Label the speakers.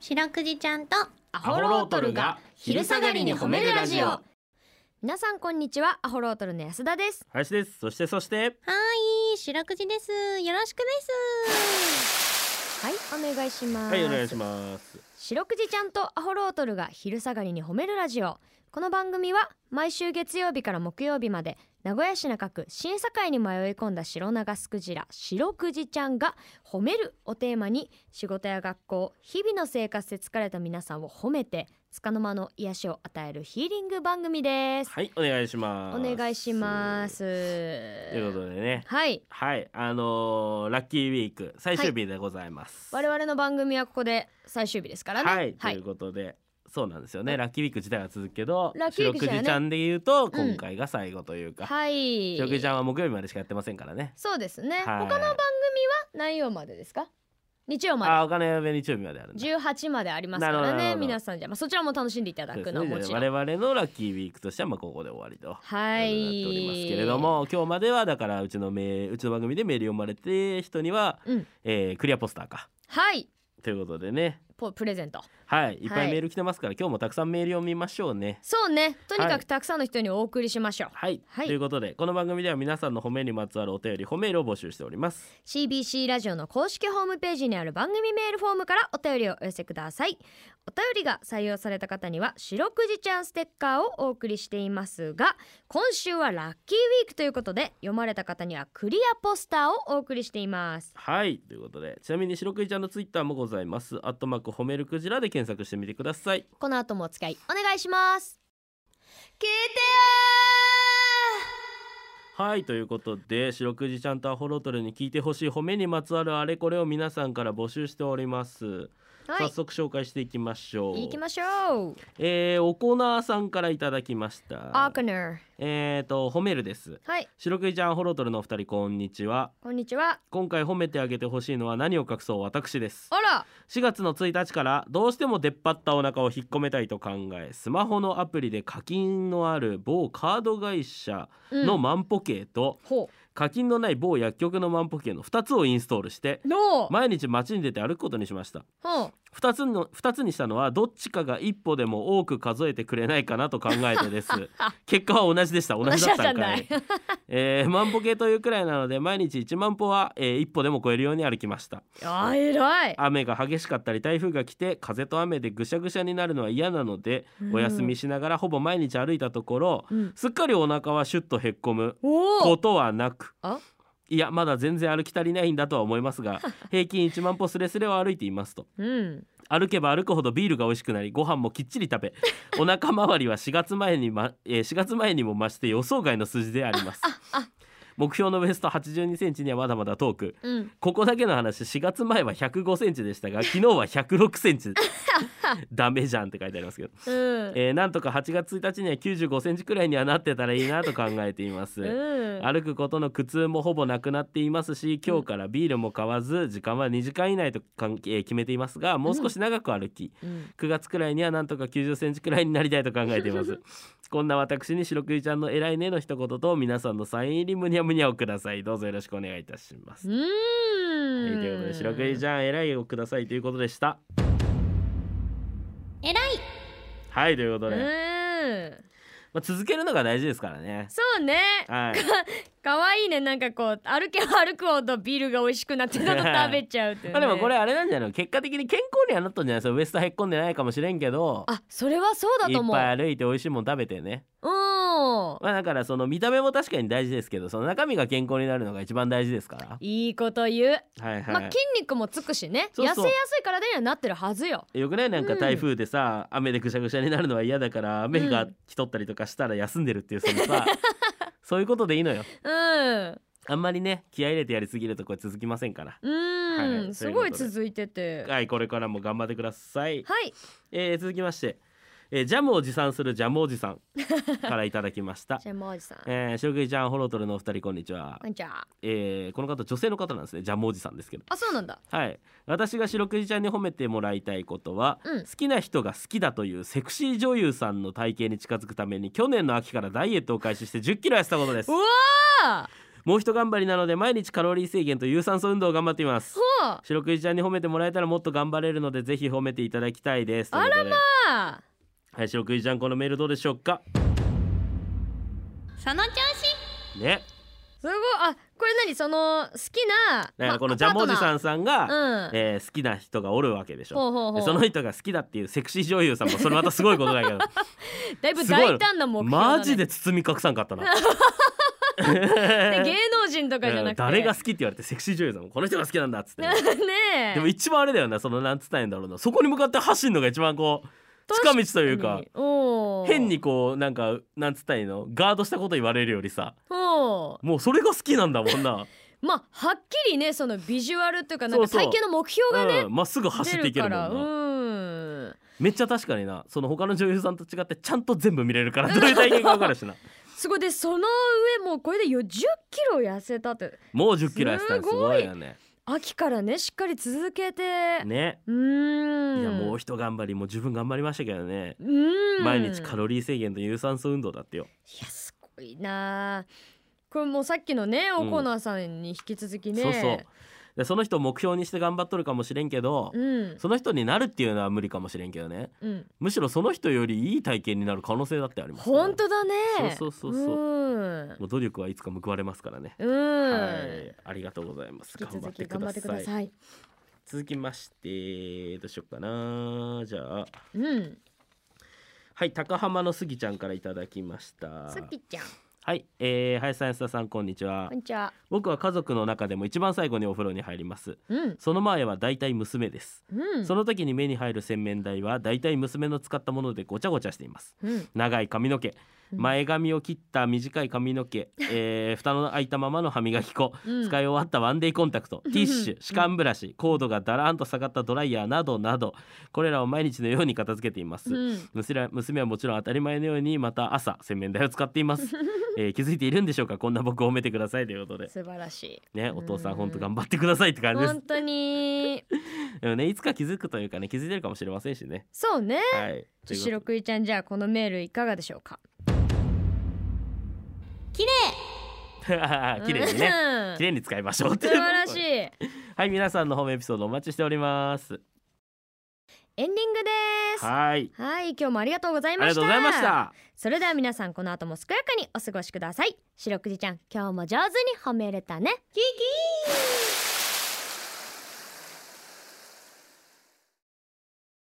Speaker 1: 白くじちゃんとア
Speaker 2: ホロートルが昼下がりに褒めるラジオ
Speaker 3: 皆さんこんにちはアホロートルの安田です
Speaker 2: 林ですそしてそして
Speaker 1: はい白くじですよろしくです
Speaker 3: はいお願いします
Speaker 2: はいお願いします
Speaker 3: 白くじちゃんとアホロートルが昼下がりに褒めるラジオこの番組は毎週月曜日から木曜日まで名古屋市中区審査会に迷い込んだ白長スクジラ白くじちゃんが褒めるをテーマに仕事や学校日々の生活で疲れた皆さんを褒めて束の間の癒しを与えるヒーリング番組です
Speaker 2: はいお願いします
Speaker 3: お願いします
Speaker 2: ということでね
Speaker 3: はい
Speaker 2: はいあのーラッキーウィーク最終日でございます、
Speaker 3: 我々の番組はここで最終日ですからね
Speaker 2: はい、ということでそうなんですよねラッキーウィーク自体は続くけど
Speaker 3: ラッキーウィークじゃね
Speaker 2: 白くじちゃんで言うと
Speaker 3: うん
Speaker 2: 今回が最後というか、
Speaker 3: はい
Speaker 2: 白くじちゃんは木曜日までしかやってませんからね
Speaker 3: そうですね、
Speaker 2: はい
Speaker 3: 他の番組は何曜までですか日曜ま
Speaker 2: あお金は日曜日まであるん
Speaker 3: で
Speaker 2: だ
Speaker 3: 18までありますから
Speaker 2: なるほどな
Speaker 3: ね
Speaker 2: るほど
Speaker 3: 皆さんじゃあ、まあ、そちらも楽しんでいただ
Speaker 2: そうで
Speaker 3: く
Speaker 2: す
Speaker 3: のは
Speaker 2: ね
Speaker 3: もち
Speaker 2: じゃ
Speaker 3: ろ
Speaker 2: あ
Speaker 3: ん、
Speaker 2: 我々のラッキーウィークとしてはまあここで終わりと
Speaker 3: は
Speaker 2: なっ
Speaker 3: い
Speaker 2: ておりますけれども今日まではだからうちのメうちの番組でメール読まれて人には、
Speaker 3: うん
Speaker 2: えークリアポスターか
Speaker 3: はい
Speaker 2: ということでね
Speaker 3: ポプレゼント
Speaker 2: はいいっぱ
Speaker 3: はいい
Speaker 2: メール来てますから、今日もたくさんメール読みましょうね
Speaker 3: そうねとにか
Speaker 2: はい
Speaker 3: くたくさんの人にお送りしましょう、
Speaker 2: はい、
Speaker 3: はい
Speaker 2: ということでこの番組では皆さんの褒めにまつわるお便り褒めるを募集しております
Speaker 3: CBC ラジオの公式ホームページにある番組メールフォームからお便りをお寄せくださいお便りが採用された方には白くじちゃんステッカーをお送りしていますが今週はラッキーウィークということで読まれた方にはクリアポスターをお送りしています
Speaker 2: はいということでちなみに白くじちゃんのツイッターもございますアットマーク褒めるクジラで検索してみてください
Speaker 3: この後もお付き合いお願いします聞いてよ
Speaker 2: はいということで白くじちゃんとアホロトルに聞いてほしい褒めにまつわるあれこれを皆さんから募集しております、
Speaker 3: は
Speaker 2: 早速紹介していきましょう
Speaker 3: い行きましょう
Speaker 2: えー、おコナーさんからいただきまし
Speaker 3: アー
Speaker 2: た
Speaker 3: クナ
Speaker 2: えーと褒めるです
Speaker 3: ーはい
Speaker 2: 白くじちゃんホロトルのお二人こんにちは
Speaker 3: こんにちは
Speaker 2: 今回褒めてあげてほしいのは何を隠そう私です
Speaker 3: あら
Speaker 2: 4月の1日からどうしても出っ張ったお腹を引っ込めたいと考えスマホのアプリで課金のある某カード会社
Speaker 3: うん
Speaker 2: の万歩計と、
Speaker 3: ほ
Speaker 2: 課金のない某薬局の万歩計の2つをインストールして
Speaker 3: うのう
Speaker 2: 毎日街に出て歩くことにしました
Speaker 3: ほう
Speaker 2: 2つの2つにしたのはどっちかが一歩でも多く数えてくれないかなと考え てです結果は同じでした同じだったんかい
Speaker 3: 同じだっ
Speaker 2: えー万歩計というくらいなので毎日1万歩は、えー、1歩でも超えるように歩きました
Speaker 3: あー偉い
Speaker 2: 雨が激しかったり台風が来て風と雨でぐしゃぐしゃになるのは嫌なので、
Speaker 3: うん
Speaker 2: お休みしながらほぼ毎日歩いたところ
Speaker 3: うん
Speaker 2: すっかりお腹はシュッとへっこむ
Speaker 3: お
Speaker 2: こ
Speaker 3: お
Speaker 2: とはなく
Speaker 3: あ
Speaker 2: いやまだ全然歩き足りないんだとは思いま すが平均1万歩すれすれを歩いていますと
Speaker 3: うん
Speaker 2: 歩けば歩くほどビールが美味しくなりご飯もきっちり 食べお腹周りは4月前に、まえー4月前にも増して予想外の数字であります目標のウエスト8 2センチにはまだまだ遠く
Speaker 3: うん
Speaker 2: ここだけの話4月前は1 0 5センチでしたが昨日は1 0 6セン チダメじゃんって書いてありますけ
Speaker 3: う
Speaker 2: ど、
Speaker 3: ん
Speaker 2: えーなんとか8月1日には9 5センチくらいにはなってたらいいなと考えています、
Speaker 3: うん
Speaker 2: 歩くことの苦痛もほぼなくなっていますし今日からビールも買わず時間は2時間以内とかん、えー決めていますがもう少し長く歩き、
Speaker 3: うん
Speaker 2: 9月くらいにはなんとか9 0センチくらいになりたいと考えています こんな私に白くじちゃんの偉いねの一言と皆さんのサイン入りむにゃむにゃをくださいどうぞよろしくお願いいたします、
Speaker 3: うーん
Speaker 2: はい、ということで白くじちゃん偉いをくださいということでした
Speaker 1: 偉い
Speaker 2: はいということで、ま
Speaker 3: うん
Speaker 2: あ、続けるのが大事ですからね
Speaker 3: そうね
Speaker 2: はい
Speaker 3: 可愛いねなんかこう歩けば歩くほどビールが美味しくなってどんどん食べちゃうっていう、ね、
Speaker 2: まあでもこれあれなんじゃないの結果的に健康にはなったんじゃないですかウエストへっこんでないかもしれんけど
Speaker 3: あそれはそうだ
Speaker 2: いっ
Speaker 3: と思う
Speaker 2: ぱい歩いて美味しいもん食べてね
Speaker 3: うん
Speaker 2: まあだからその見た目も確かに大事ですけどその中身が健康になるのが一番大事ですから
Speaker 3: いいこと言う、
Speaker 2: はいはい、
Speaker 3: まあ筋肉もつくしね
Speaker 2: そうそう
Speaker 3: 痩せやすい体にはなってるはずよ
Speaker 2: よくないなんか台風でさ、雨でぐしゃぐしゃになるのは嫌だから雨が来とったりとかしたら休んでるっていうそのさ、そういうことでいいのよ
Speaker 3: うん
Speaker 2: あんまりね気合い入れてやりすぎるとこれ続きませんから
Speaker 3: うん、
Speaker 2: はい
Speaker 3: すごい
Speaker 2: ということで
Speaker 3: 続いてて
Speaker 2: はいこれからも頑張ってください、
Speaker 3: はい
Speaker 2: えー続きまして、えージャムを持参するジャムおじさんからいただきま した
Speaker 3: じゃあもおじさん
Speaker 2: えー、白くじちゃんホロトルのお二人こんにちは
Speaker 3: こん、にちは
Speaker 2: えーこの方女性の方なんですねジャムおじさんですけど
Speaker 3: あそうなんだ
Speaker 2: はい私が白くじちゃんに褒めてもらいたいことは、
Speaker 3: うん
Speaker 2: 好きな人が好きだというセクシー女優さんの体型に近づくために去年の秋からダイエットを開始して1 0キロ痩せたことです
Speaker 3: うわー
Speaker 2: もう一頑張りなので毎日カロリー制限と有酸素運動を頑張っています
Speaker 3: ほう
Speaker 2: 白くじちゃんに褒めてもらえたらもっと頑張れるのでぜひ褒めていただきたいです
Speaker 3: あら
Speaker 2: ま
Speaker 3: あ
Speaker 2: はい白くじちゃんこのメールどうでしょうか
Speaker 1: その調
Speaker 2: ね
Speaker 3: すごいあこれ何その好きな
Speaker 2: だからこのジャムおじさ
Speaker 3: ん
Speaker 2: んさんが、
Speaker 3: うん
Speaker 2: えー好きな人がおるわけでしょ
Speaker 3: ほうほうほう
Speaker 2: でその人が好きだっていうセクシー女優さんもそれまたすごいことだけど
Speaker 3: だいぶ
Speaker 2: すごい
Speaker 3: 大胆な目標だ、ね、
Speaker 2: マジで包み隠さんかったな
Speaker 3: で芸能人とかじゃなくて、
Speaker 2: 誰が好きって言われてセクシー女優さんもこの人が好きなんだっつってね、
Speaker 3: ねえ
Speaker 2: でも一番あれだよなそのなんつったらいいんだろうなそこに向かって走るのが一番こう
Speaker 3: 確
Speaker 2: 近
Speaker 3: か
Speaker 2: 道というか
Speaker 3: おー
Speaker 2: 変にこうなんかなんつったらいいのガードしたこと言われるよりさ
Speaker 3: おー
Speaker 2: もうそれが好きなんだもんな、
Speaker 3: まあはっきりねそのビジュアルというかなんか
Speaker 2: そうそう
Speaker 3: 体型の目標がね
Speaker 2: うん、まっすぐ走っていけ
Speaker 3: 出
Speaker 2: るもん
Speaker 3: から
Speaker 2: な、
Speaker 3: うん
Speaker 2: めっちゃ確かになその他の女優さんと違ってちゃんと全部見れるからどういう体型か分か るしな
Speaker 3: すごいでその上もうこれでよ10キロ痩せたって
Speaker 2: もう1 0キロ痩せたらすごいよね
Speaker 3: 秋からねしっかり続けて、
Speaker 2: ね、
Speaker 3: うーん
Speaker 2: いやもう一頑張りもう十分頑張りましたけどね、
Speaker 3: うーん
Speaker 2: 毎日カ
Speaker 3: い
Speaker 2: ロリー制限と有酸素運動だってよ
Speaker 3: やすごいなあこれもうさっきのねオコーナーさんに引き続きね、
Speaker 2: そうそうでその人を目標にして頑張っとるかもしれんけど、
Speaker 3: うん
Speaker 2: その人になるっていうのは無理かもしれんけどね
Speaker 3: うん
Speaker 2: むしろその人よりいい体験になる可能性だってありますから
Speaker 3: 本当だね
Speaker 2: そうそうそうそう
Speaker 3: うん
Speaker 2: もう努力はいつか報われますからね、
Speaker 3: うん、
Speaker 2: はいありがとうございます
Speaker 3: 引き
Speaker 2: 頑張っ
Speaker 3: 続
Speaker 2: て
Speaker 3: き
Speaker 2: く
Speaker 3: 頑張
Speaker 2: だ
Speaker 3: ってくだ
Speaker 2: さい
Speaker 3: さい。
Speaker 2: 続きましてどうしようかなじゃあ
Speaker 3: うん、
Speaker 2: はい高浜のすぎちゃんからいただきました
Speaker 3: さきちゃん、
Speaker 2: はい、えー、林さん安田さんこんにちは
Speaker 3: こんにちは。
Speaker 2: 僕は家族の中でも一番最後にお風呂に入ります
Speaker 3: うん、
Speaker 2: その前は大体娘です、
Speaker 3: うん、
Speaker 2: その時に目に入る洗面台は大体娘の使ったものでごちゃごちゃしています
Speaker 3: うん、
Speaker 2: 長い髪の毛
Speaker 3: うん
Speaker 2: 前髪を切った短い髪の 毛、えー、蓋の開いたままの歯磨き粉
Speaker 3: うん
Speaker 2: 使い終わったワンデイコンタ クト、
Speaker 3: うん
Speaker 2: ティッシュ歯間ブラシコードがだらんと下がったドライヤーなどなどこれらを毎日のように片付けています、
Speaker 3: うん、
Speaker 2: 娘は娘はもちろん当たり前のようにまた朝洗面台を使って います、えー気づいているんでしょうかこんな僕を褒めてくださいということで
Speaker 3: 素晴らしい。
Speaker 2: ねお父さん
Speaker 3: うん
Speaker 2: ほんと頑張ってくださいって感じです
Speaker 3: 本当に、
Speaker 2: でもねいつか気づくというかね気づいてるかもしれませんしね
Speaker 3: そうね。
Speaker 2: はいということで
Speaker 3: 白くいちゃんじゃあこのメールいかがでしょうか。
Speaker 1: 子綺麗
Speaker 2: 綺麗にね
Speaker 3: うん
Speaker 2: 綺麗に使いましょうって
Speaker 3: 素
Speaker 2: いう
Speaker 3: 晴らし い。
Speaker 2: い
Speaker 3: エン
Speaker 2: はい皆さんのホームエピソードお待ちしております
Speaker 3: ディングです。
Speaker 2: はい
Speaker 3: はい、今日もありがとうござい
Speaker 2: あり
Speaker 3: ま
Speaker 2: が
Speaker 3: し
Speaker 2: と
Speaker 3: た。
Speaker 2: うございまし。た
Speaker 3: それでは皆さんこの後も健やかにお過ごしください。白くじちゃん、今日も上手に褒めれたね。キーキー。